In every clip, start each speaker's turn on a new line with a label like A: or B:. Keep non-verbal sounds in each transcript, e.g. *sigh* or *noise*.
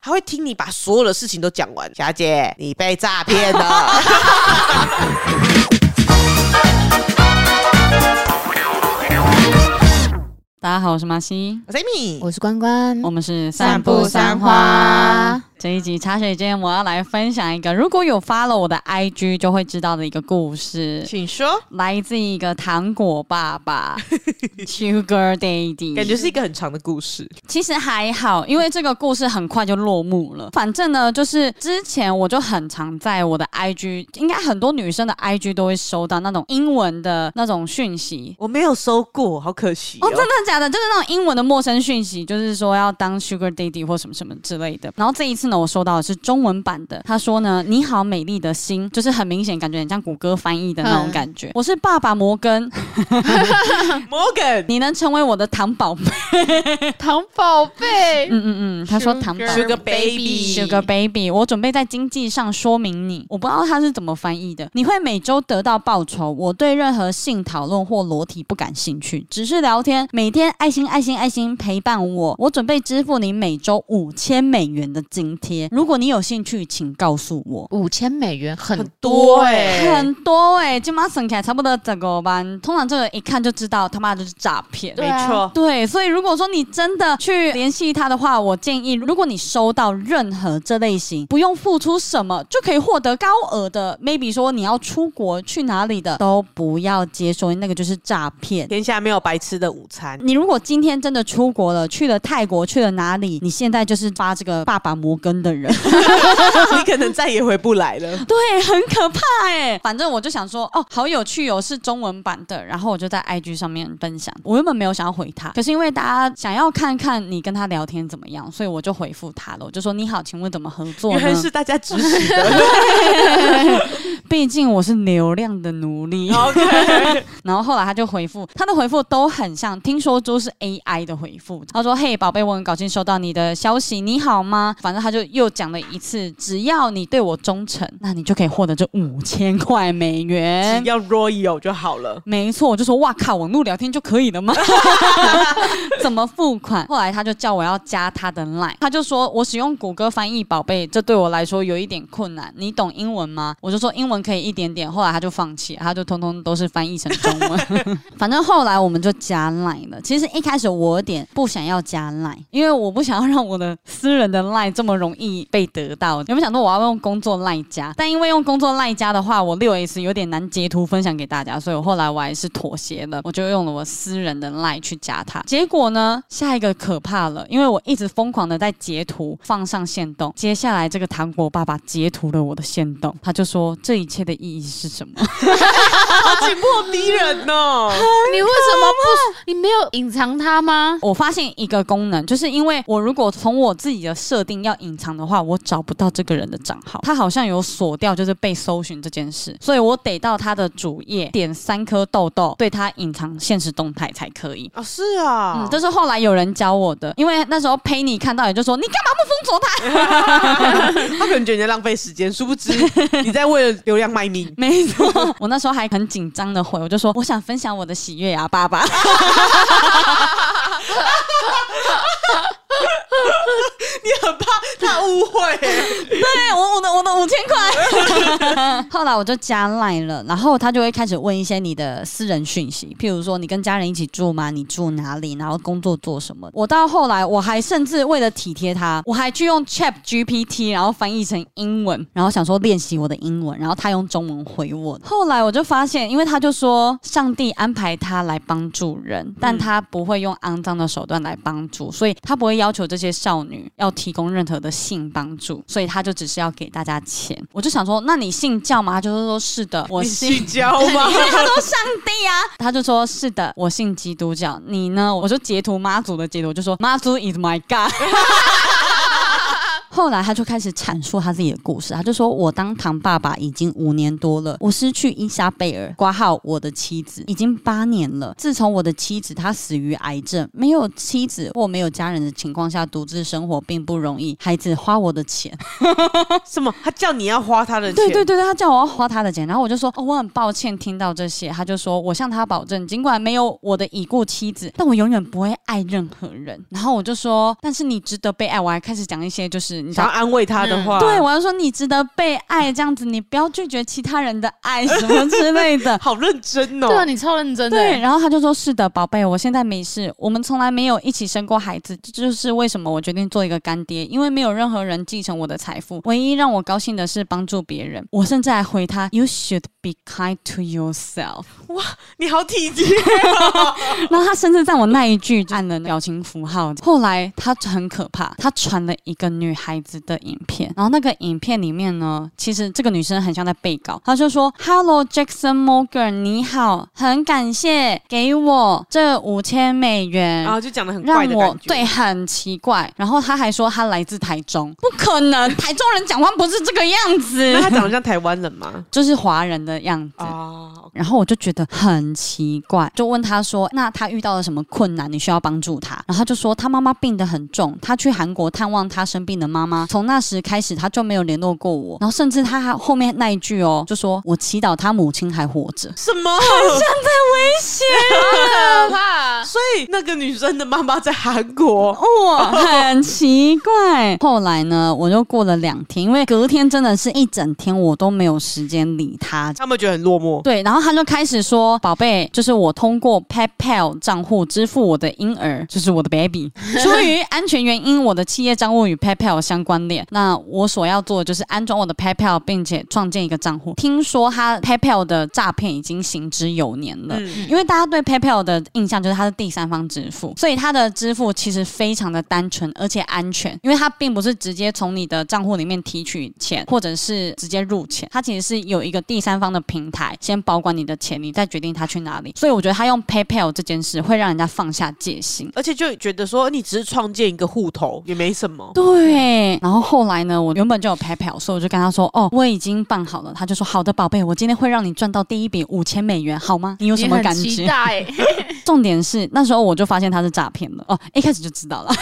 A: 他会听你把所有的事情都讲完。小姐，你被诈骗了。 *laughs*
B: 大家好，我是马西，
A: 我是 Amy，
C: 我是关关，
B: 我们是
C: 嗯散步三花。
B: 这一集茶水间，我要来分享一个如果有 follow 我的 IG 就会知道的一个故事，
A: 请说。
B: 来自一个糖果爸
C: *laughs*
B: 爸 Sugar Daddy，
A: 感觉是一个很长的故事，
B: 其实还好，因为这个故事很快就落幕了。反正呢，就是之前我就很常在我的 IG，应该很多女生的 IG 都会收到那种英文的那种讯息。
A: 我没有收过，好可惜
B: 哦，真的假的？就是那种英文的陌生讯息，就是说要当 Sugar Daddy 或什么什么之类的。然后这一次呢，我收到的是中文版的，他说呢：“你好，美丽的心。”就是很明显感觉很像谷歌翻译的那种
C: 嗯
B: 感觉。我是爸爸摩根，
A: Morgan
B: 你能成为我的糖宝贝。
C: *laughs* 糖宝贝，
B: 嗯嗯嗯，他说糖宝贝
A: Sugar baby
B: Sugar Baby，我准备在经济上说明你，我不知道他是怎么翻译的。你会每周得到报酬，我对任何性讨论或裸体不感兴趣，只是聊天。每天爱心爱心爱心陪伴我，我准备支付你每周五千美元的津贴。如果你有兴趣，请告诉我。
C: 五千美元很
A: 多哎、
B: 很多哎、欸，今晚省起来差不多整个班。通常这个一看就知道他妈就是诈骗。
C: 对
A: 没
C: 啊
A: 错。
B: 对，所以如果说你真的去联系他的话，我建议，如果你收到任何这类型，不用付出什么就可以获得高额的，maybe 说你要出国去哪里的，都不要接收，那个就是诈骗。
A: 天下没有白吃的午 *laughs* 餐，
B: 你如果今天真的出国了，去了泰国，去了哪里，你现在就是发这个爸爸摩根的人，
A: 你可能再也回不来了。
B: 对，很可怕哎、反正我就想说，哦，好有趣哦，是中文版的。然后我就在 IG 上面分享，我原本没有想要回他，可是因为大家想要看看你跟他聊天怎么样，所以我就回复他了。我就说：“你好，请问怎么合作
A: 原来
B: 呢
A: 是大家指使的。？”
B: *laughs* 毕竟我是流量的奴隶。
A: *laughs* OK，
B: 然后后来他就回复，他的回复都很像，听说都是 AI 的回复。他说：“嘿，宝贝，我很高兴收到你的消息，你好吗？”反正他就又讲了一次，只要你对我忠诚，那你就可以获得这五千块美元
A: 只。要 royal 就好了。
B: 没错，我就说哇靠，网络聊天就可以了吗？ *laughs* 怎么付款？后来他就叫我要加他的 line，他就说我使用谷歌翻译宝贝，这对我来说有一点困难。你懂英文吗？我就说英文可以一点点。后来他就放弃了，他就通通都是翻译成中文。反正后来我们就加 line 了。其实一开始我有点不想要加 line，因为我不想要让我的私人的 line 这么容易被得到。有没有想说我要用工作 line 加？但因为用工作 line 加的话，我六 S 有点难截图分享给大家，所以我后来我还是妥协了，我就用了我私人的 line 去加他。结果呢，下一个可怕了，因为我一直疯狂的在截图放上线动，接下来这个糖果爸爸截图了我的线动，他就说这一切的意义是什么？
A: 好紧迫敌人哦！ *laughs*
C: 你为什么不？你没有隐藏它吗？
B: 我发现一个功能，就是因为我如果从我自己的设定要隐藏的话，我找不到这个人的账号，他好像有锁掉，就是被搜寻这件事，所以我得到他的主页点三颗痘痘，对他隐藏现实动态才可以。
A: 啊，是啊，
B: 嗯，这是后来有人教我的，因为那时候佩妮看到也就说你干嘛不封锁他？
A: 他可能觉得你在浪费时间，殊不知你在为了流量卖命。
B: 没错，我那时候还很紧张的回，我就说我想分享我的喜悦啊，爸爸。
A: *laughs* 你很怕他误会，
B: 对我我的我的五千块。 *laughs* 后来我就加 line 了，然后他就会开始问一些你的私人讯息，譬如说你跟家人一起住吗？你住哪里？然后工作做什么？我到后来我还甚至为了体贴他，我还去用 Chat GPT，然后翻译成英文，然后想说练习我的英文，然后他用中文回我。后来我就发现，因为他就说上帝安排他来帮助人，但他不会用肮脏的手段来帮助，所以他不会要求这些少女要提供任何的性帮助，所以他就只是要给大家钱。我就想说，那你信教吗？他就是说是的，我
A: 你
B: 信。
A: 性交
B: *laughs*
A: 吗？
B: 说上帝啊， *laughs* 他就说是的，我信基督教。你呢？我就截图妈祖的截图，我就说妈祖 is my god。后来他就开始阐述他自己的故事，他就说：“我当堂爸爸已经五年多了，我失去伊莎贝尔（挂号我的妻子）已经八年了。自从我的妻子她死于癌症，没有妻子或没有家人的情况下，独自生活并不容易。孩子花我的钱，
A: *laughs* 什么？他叫你要花他的钱？
B: 对对对，对他叫我要花他的钱，然后我就说、哦、我很抱歉听到这些，他就说我向他保证，尽管没有我的已故妻子，但我永远不会爱任何人。然后我就说，但是你值得被爱。我还开始讲一些就是你
A: 想
B: 到
A: 要。安慰他的话，。
B: 对，我要说你值得被爱，这样子你不要拒绝其他人的爱什么之类的
A: 好认真
C: 对啊，
A: 哦。
C: 你超认真的
B: 对，
C: 欸。
B: 然后他就说：“是的，宝贝，我现在没事。我们从来没有一起生过孩子，这就是为什么我决定做一个干爹，因为没有任何人继承我的财富。唯一让我高兴的是帮助别人。我甚至还回他：You should be kind to yourself。
A: 你好体贴，
B: *laughs* 然后他甚至在我那一句按了表情符号。后来他很可怕，他传了一个女孩子的影片，然后那个影片里面呢，其实这个女生很像在被告，她就说：“Hello Jackson Morgan，你好，很感谢给我这五千美元。
A: 然后就讲的啊很怪
B: 嗯让
A: 的
B: 我
A: 感觉。
B: 对，很奇怪，然后他还说他来自台中，不可
A: *laughs*
B: 能，台中人讲话不是这个样
A: 那 *laughs* 他
B: 子，
A: 长得像台湾人
B: *laughs*
A: 吗？
B: 就是华人的样子。
A: 哦，
B: 然后我就觉得很奇怪，就问他说：“那他遇到了什么困难？你需要帮助他？”然后他就说：“他妈妈病得很重，他去韩国探望他生病的妈妈。从那时开始，他就没有联络过我。然后甚至他还后面那一句哦，就说我祈祷他母亲还活着。
A: 什 *laughs* 么？
C: 好可怕！
A: 所以那个女生的妈妈在韩国，
B: 哦，很奇怪。后来呢，我就过了两天，因为隔天真的是一整天我都没有时间理 *laughs* 他，
A: 他们觉得很落寞。
B: 对，然后他就开始说：“宝贝，就是我通过 PayPal 账户支付我的婴儿，就是我的 baby。出于安全原因，我的企业账户与 PayPal 相关联。那我所要做的就是安装我的 PayPal，并且创建一个账户。听说他 PayPal 的诈骗已经行之有年了。
A: 嗯，
B: 因为大家对 PayPal 的印象就是它是第三方支付，所以它的支付其实非常的单纯，而且安全，因为它并不是直接从你的账户里面提取钱，或者是直接入钱，它其实是有一个第三方的平台先保管你的钱，你再决定它去哪里。所以我觉得他用 PayPal 这件事会让人家放下戒心。
A: 而且就觉得说你只是创建一个户头也没什么。
B: 对，然后后来呢，我原本就有 PayPal，所以我就跟他说，哦，我已经办好了。他就说，好的，宝贝，我今天会让你赚到第一笔五千美元，好吗？你有
C: 有
B: 什么感
C: 期
B: 觉？
C: 待欸？
B: 重点是那时候我就发现他是诈骗了哦，一开始就知道了。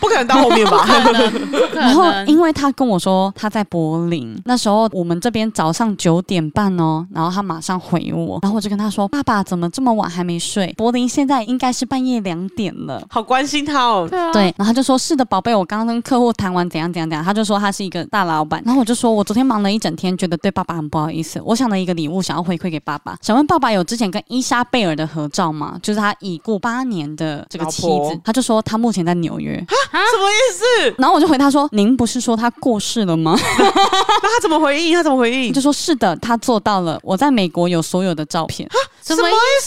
A: 不可能到后面吧？
C: 可能，不可
B: 然后
C: 能。
B: 因为他跟我说他在柏林，那时候我们这边早上九点半哦，然后他马上回我，然后我就跟他说：“爸爸怎么这么晚还没睡？柏林现在应该是半夜两点了。”
A: *laughs* 好关心他
C: *laughs*
A: 哦。
C: 对啊，
B: 对，然后他就说是的，宝贝，我刚刚跟客户谈完怎样怎样怎样，他就说他是一个大老板，然后我就说我昨天忙了一整天，觉得对爸爸很不好意思，我想了一个礼物想要回馈给爸爸，想问爸爸有之前跟伊莎贝尔的合照吗？就是他已故八年的这个
A: 老
B: 妻
A: 婆
B: 子，他就说他目前在纽约，
A: 什么意思？
B: 然后我就回他说您不是说他过世了吗？ *laughs*
A: 那他怎么回应？他怎么回应
B: 你就？说是的，他做到了，我在美国有所有的照片。
C: 什
A: 什
C: 么
A: 么意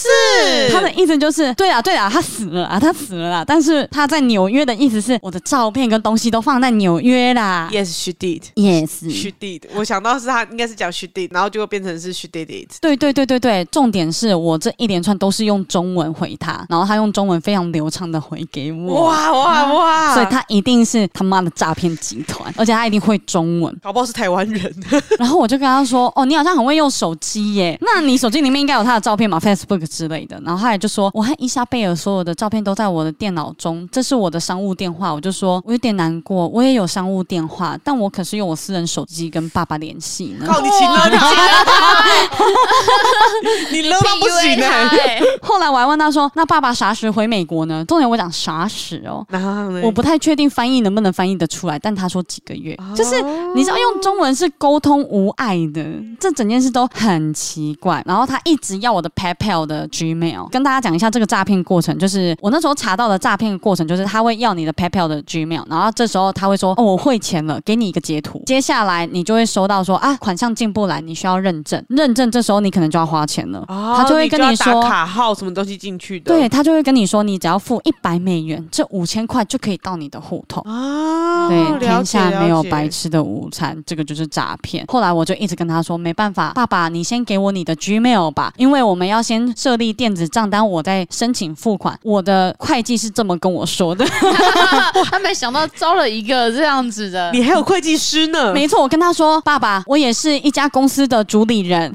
A: 思？
B: 他的意思就是，对啊，对啊，他死了啊，他死了啦。但是他在纽约的意思是，我的照片跟东西都放在纽约啦。
A: Yes, she did.
B: Yes，
A: She did，我想到是他应该是讲 she did，然后结果变成是 she did it。
B: 对对对对对，重点是我这一连串都是用中文回他，然后他用中文非常流畅的回给我。
A: 哇哇哇！
B: 所以他一定是他妈的诈骗集团，而且他一定会
A: *laughs*
B: 中文。
A: 搞不好是台湾人，
B: 然后我就跟他说：“哦，你好像很会用手机耶，那你手机里面应该有他的照片嘛，Facebook 之类的。”然后他也就说：“我和伊莎贝尔所有的照片都在我的电脑中，这是我的商务电话。”我就说：“我有点难过，我也有商务电话，但我可是用我私人手机跟爸爸联系呢。”
A: 靠你请了
C: 哇
A: 他， *laughs* 你勒到不行
C: PUA 他
A: 哎！
C: 欸
B: 后来我还问他说：“那爸爸啥时回美国呢？”重点我讲啥时哦，
A: *laughs* 然后呢
B: 我不太确定翻译能不能翻译得出来，但他说几个月，就是你知道用中文是沟通无碍的，这整件事都很奇怪。然后他一直要我的 PayPal 的 Gmail，跟大家讲一下这个诈骗过程，就是我那时候查到的诈骗过程，就是他会要你的 PayPal 的 Gmail，然后这时候他会说哦我汇钱了，给你一个截图，接下来你就会收到说啊款项进不来，你需要认证，认证这时候你可能就要花钱了，
A: 哦
B: 他就会跟
A: 你要
B: 说
A: 打卡号什么东西进去的，
B: 对他就会跟你说，你只要付一百美元，这五千块就可以到你的户头。
A: 啊，
B: 对，
A: 了解
B: 天下没有
A: 了解
B: 白。吃的午餐，这个就是诈骗。后来我就一直跟他说，没办法，爸爸，你先给我你的 Gmail 吧，因为我们要先设立电子账单，我再申请付款。我的会计是这么跟我说的。
C: *laughs*
B: *laughs*
C: 他没想到招了一个这样子的，
A: 你还有会计师呢，
B: 没错，我跟他说，爸爸，我也是一家公司的主理人。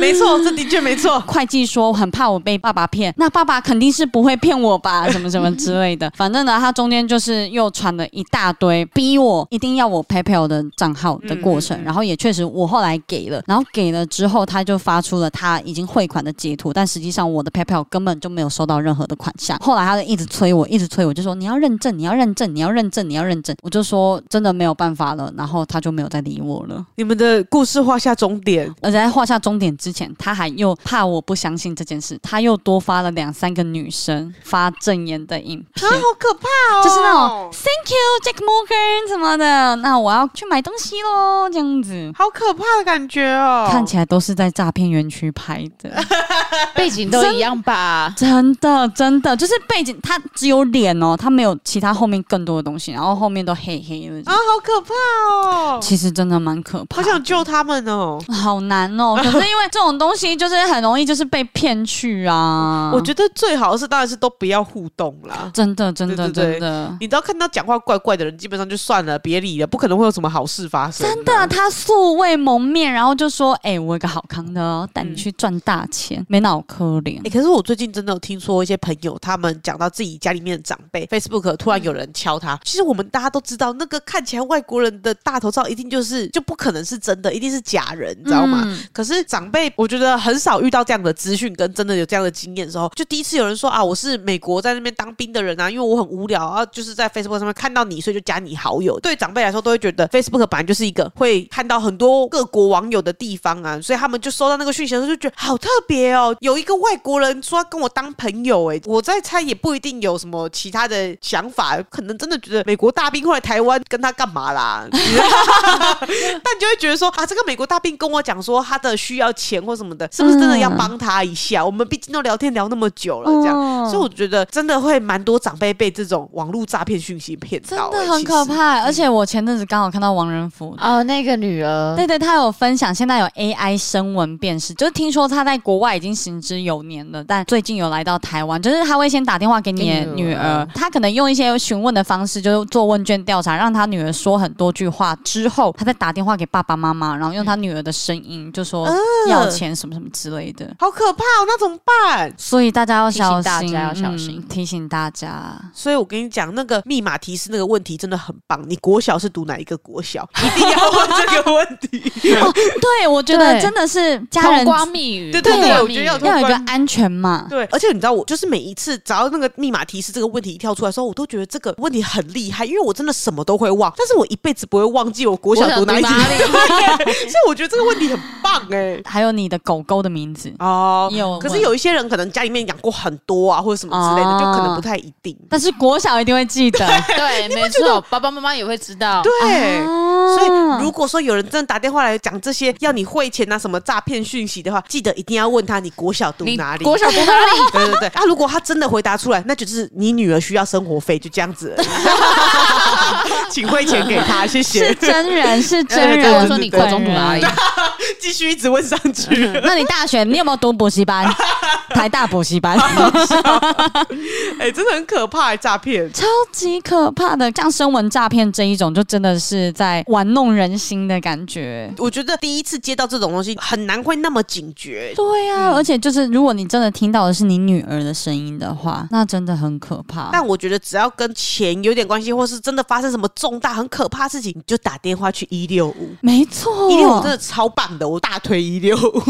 A: 没错，这的确没错。
B: *laughs* 会计说很怕我被爸爸骗，那爸爸肯定是不会骗我吧？什么什么之类的。反正呢，他中间就是又传了一大堆逼我一定要我 PayPal 的账号的过程，然后也确实我后来给了，然后给了之后他就发出了他已经汇款的截图，但实际上我的 PayPal 根本就没有收到任何的款项。后来他就一直催我，一直催我，就说你要认证，你要认证，你要认证，你要认证。我就说真的没有办法了，然后他就没有再理我了。
A: 你们的故事画下终点，
B: 而且在画下终点之前，他还又怕我不相信这件事，他又多发了两三个女生发证言的影片，
A: 可怕哦
B: 就是那种 Thank you Jack Morgan 什么的，那我要去买东西喽，这样子。
A: 好可怕的感觉哦。
B: 看起来都是在诈骗园区拍的， *laughs*
C: 背景都一样吧？
B: 真的真的就是背景，他只有脸哦，他没有其他后面更多的东西，然后后面都黑黑的，
A: 啊，好可怕哦！
B: 其实真的蛮可怕
A: 好
B: 的。
A: 想救他们哦。
B: 好难哦，可是因为这种东西就是很容易就是被骗去啊。
A: 我觉得最好的是，当然是都不要互动啦。
B: 真的，真的，
A: 对对对
B: 真的，
A: 你只要看他讲话怪怪的人，基本上就算了，别理了，不可能会有什么好事发生。啊
B: 真的，，啊他素未谋面，然后就说：“哎、我有个好康的哦，带你去赚大钱。没脑壳脸
A: 嗯哎、，可是我最近真的有听说一些朋友，他们讲到自己家里面的长辈，Facebook 突然有人敲他。其实我们大家都知道，那个看起来外国人的大头照一定就是就不可能是真的，一定是假人，你知道吗？
B: 嗯
A: 可是长辈，我觉得很少遇到这样的资讯，跟真的有这样的经验的时候，就第一次有人说啊，我是美国在那边当兵的人啊，因为我很无聊啊，就是在 Facebook 上面看到你，所以就加你好友。对长辈来说，都会觉得 Facebook 本来就是一个会看到很多各国网友的地方啊，所以他们就收到那个讯息的时候就觉得好特别哦，有一个外国人说要跟我当朋友、欸，我在猜也不一定有什么其他的想法，可能真的觉得美国大兵会来台湾跟他干嘛啦？但你就会觉得说啊，这个美国大兵跟我讲说他的需要钱或什么的，是不是真的要帮他一下？我们毕竟都聊天聊那么久了，这样，
B: 嗯
A: 所以我觉得真的会蛮多长辈被这种网络诈骗讯息骗
B: 真
A: 到、欸
B: 的很
A: 其实
B: 可怕。而且我前阵子刚好看到王仁甫。
C: 哦，那个女儿，
B: 对对，他有分享，现在有 AI 声纹辨识，就是听说他在国外已经行之有年了，但最近有来到台湾，就是他会先打电话给你的
C: 给女儿
B: 女儿，他可能用一些询问的方式，就是做问卷调查，让他女儿说很多句话之后，他再打电话给爸爸妈妈，然后用他女儿的声音就说要钱什么什么之类的。
A: 好可怕哦，那怎么办？
B: 所以大家要小心，
C: 提醒大家要小心
B: 嗯提醒大家。
A: 所以我跟你讲，那个密码提示那个问题真的很棒。你国小是读哪一个国小？一定要问这个问题。 *laughs*
B: 对，我觉得
C: 对
B: 真的是家
C: 通
B: 人
C: 关密语，
A: 对对
B: 对
A: 我觉得要
B: 要有一个安全嘛。
A: 对，而且你知道我，就是每一次只要那个密码提示这个问题一跳出来的时候，我都觉得这个问题很厉害，因为我真的什么都会忘，但是我一辈子不会忘记我国小读哪一
C: 国小
A: 集，
C: 读
A: 对 *laughs* 所以我觉得这个问题很棒哎、
B: 还有你的狗狗的名字，
A: 哦
B: 也有
A: 可是有一些人可能家里面养过很多啊，或者什么之类的，就可能不太一定。
B: 但是国小一定会记得。
C: 对，没错，爸爸妈妈也会知道。
A: 对，
B: 啊
A: 所以
C: 嗯
A: 如果说有人真的打电话来讲这些要你汇钱啊什么诈骗讯息的话，记得一定要问他你国小读
C: 你
A: 哪里。
C: 国小读哪里？
A: *laughs* 对对对，啊，如果他真的回答出来，那就是你女儿需要生活费，就这样
C: *laughs*
A: 子，请汇钱给他，谢
B: 是
A: 谢。
B: 真 *laughs* 人，是真
A: 对对
C: 跟我
A: 对
B: 人。
C: 说你国中读
B: *laughs*
C: 哪里？
A: *laughs* 继续一直问上
C: *laughs*
A: 去。 *laughs*
B: 那你大学你有没有读补习班？台大补习 *laughs* 班，
A: 哎、真的很可怕、诈骗。
B: 超级可怕的，像声纹诈骗这一种，就真的是在玩弄人心的感觉。
A: 我觉得第一次接到这种东西，很难会那么警觉。
B: 对呀、而且就是如果你真的听到的是你女儿的声音的话，那真的很可
C: 啊
B: 怕。
A: 但我觉得只要跟钱有点关系，或是真的发生什么重大、很可怕的事情，你就打电话去一六五。
B: 没错，
A: 一六五真的超棒的，我大推一六五。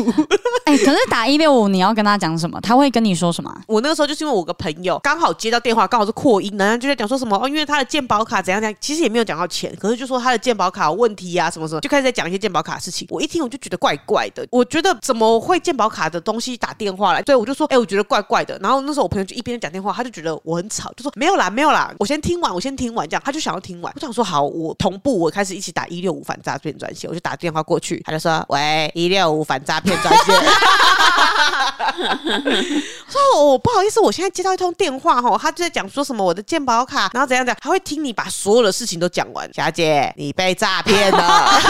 B: 哎、可是打一六五，你要跟他讲什么？他会跟你说什么啊？
A: *laughs* 我那个时候就是因为我有个朋友刚好接到电话，刚好是扩音的，然后就在讲说什么哦，因为他的健保卡怎样怎样，其实也没有讲到钱，可是就说他的健保卡有问题啊什么什么，就开始在讲一些健保卡的事情。我一听我就觉得怪怪的，我觉得怎么会健保卡的东西打电话来？所以我就说，哎、我觉得怪怪的。然后那时候我朋友就一边讲电话，他就觉得我很吵，就说没有啦，没有啦，我先听完，我先听完这样，他就想要听完。我想说好，我同步，我开始一起打一六五反诈骗专线，我就打电话过去，他就说喂，一六五反诈骗专线。哦，我不好意思，我现在接到一通电话哈，他就在讲说什么我的健保卡，然后怎样怎样，他会听你把所有的事情都讲完。小姐，你被诈骗了，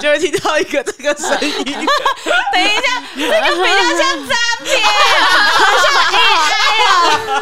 A: 就会听到一个这个声 *laughs* 音。
B: 等一
A: *laughs*
B: 下，这个比较像诈骗，好像 AI 啊。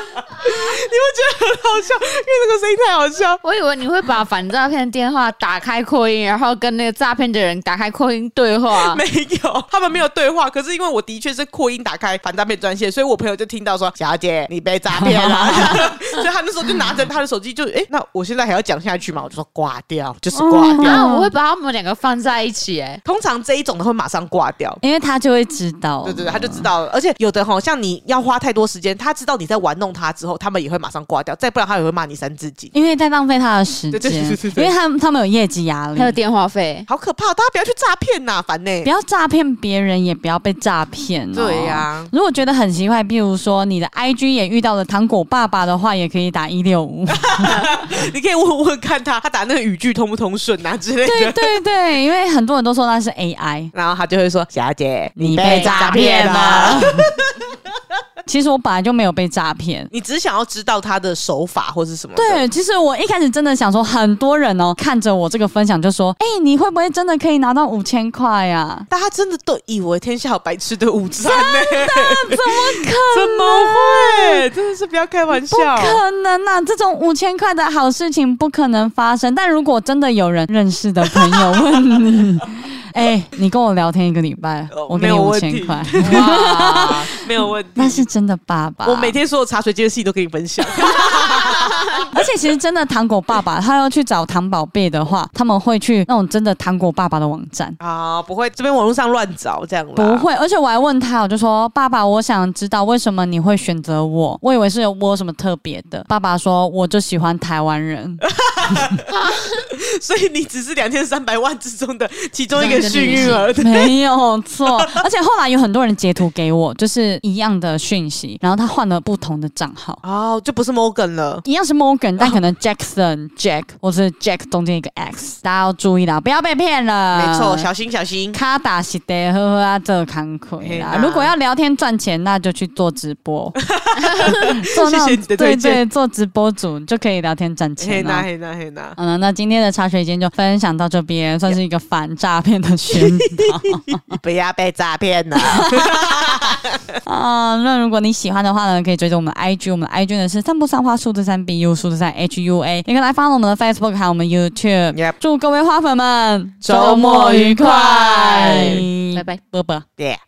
A: 好笑，因为那个声音太好笑。
C: 我以为你会把反诈骗电话打开扩音，然后跟那个诈骗的人打开扩音对
B: 啊
C: 话。
A: 没有，他们没有对话。可是因为我的确是扩音打开反诈骗专线，所以我朋友就听到说：“小姐，你被诈骗
B: *laughs*
A: 了。”所以他那时候就拿着他的手机就，诶，那我现在还要讲下去吗？我就说挂掉，就是挂
B: 哦
A: 掉。
C: 啊，我会把他们两个放在一起、哎，
A: 通常这一种的会马上挂掉。
B: 因为他就会知道。
A: 对对对，他就知道了。而且有的好像你要花太多时间，他知道你在玩弄他之后，他们也会马上挂掉。再不然他也会骂你三字经，
B: 因为太浪费他的时
A: 对对
B: 间，
A: 对对
B: 因
A: 对
B: 为他们他们有业绩压力
C: 还，有电话费。
A: 好可怕！大家不要去诈骗呐，烦呢、
B: 不要诈骗别人，也不要被诈骗、哦。
A: 对呀
B: 如果觉得很奇怪，比如说你的 IG 也遇到了糖果爸爸的话，也可以打一六
A: *laughs* 哎
B: 五。
A: 你可以问问看他，他打那个语句通不通顺啊之类的。
B: 对对对，因为很多人都说那是 AI，
A: 然后他就会说：“小姐，
B: 你被诈骗
A: 了。
B: 其实我本来就没有被诈骗”。
A: 你只想要知道他的手法或是什么的。
B: 对，其实我一开始真的想说，很多人哦看着我这个分享就说，哎、你会不会真的可以拿到五千块啊呀？
A: *laughs* 大家真的都以为天下有白吃的午餐呢、
B: 怎么可能？
A: 怎么会？真的是不要开玩笑。
B: 不可能呐、这种五千块的好事情不可能发生。但如果真的有人认识的朋友问
A: *laughs*
B: 你，哎、你跟我聊天一个礼拜，
A: 哦
B: 我给
A: 没
B: 你
A: 有
B: 五
A: 问
B: 千
A: 题 *laughs*
B: 块，
A: 哇，没有问
B: 那
A: 题。
B: 是啊真的爸爸。
A: *laughs* 我每，天所有茶水间的事情都跟你分
B: *laughs*
A: 享。
B: 而且其实真的糖果爸爸，他要去找糖宝贝的话，他们会去那种真的糖果爸爸的网站。
A: 啊，不会，这边网络上乱找这样啦。
B: 不会，而且我还问他，我就说：“爸爸，我想知道为什么你会选择我？我以为是有我有什么特别的。”爸爸说：“我就喜欢台湾人。”
A: 所以你只是两千三百万之中的其中一个幸运儿。 *laughs*
B: *laughs* 没有错，而且后来有很多人截图给我，就是一样的讯息，然后他换了不同的账号，
A: 哦，就不是 Morgan 了。
B: 一样是
A: 哦
B: Morgan，但可能 Jackson、Jack 或是 Jack 中间一个 X，大家要注意啦，不要被骗了。
A: 没错，小心小心。
B: 卡打是得呵呵啊，这康亏
A: 嘿啊
B: 啦
A: 啦。
B: 如果要聊天赚钱，那就去做直
A: *laughs*
B: 播， *laughs* 做
A: 谢谢
B: 那种
A: 你的
B: 对
A: 推荐
B: 对，做直播主就可以聊天赚
A: 嘿
B: 钱啊
A: 呐
B: 啦。
A: 嘿呐嘿呐，
B: 好了，嗯那今天的茶水间就分享到这边，算是一个反诈骗的宣导。
A: *laughs* 不要被诈骗了。
B: *laughs* 啊、那如果你喜欢的话呢，可以追踪我们的 IG，我们的 IG 呢是三不三花数字三 BU 数字三 HUA，也可以来 follow 我们的 Facebook 还有我们 YouTube。
A: Yep
B: 祝各位花粉们
A: 周末愉快
C: 拜拜。
B: 拜拜。
A: 对。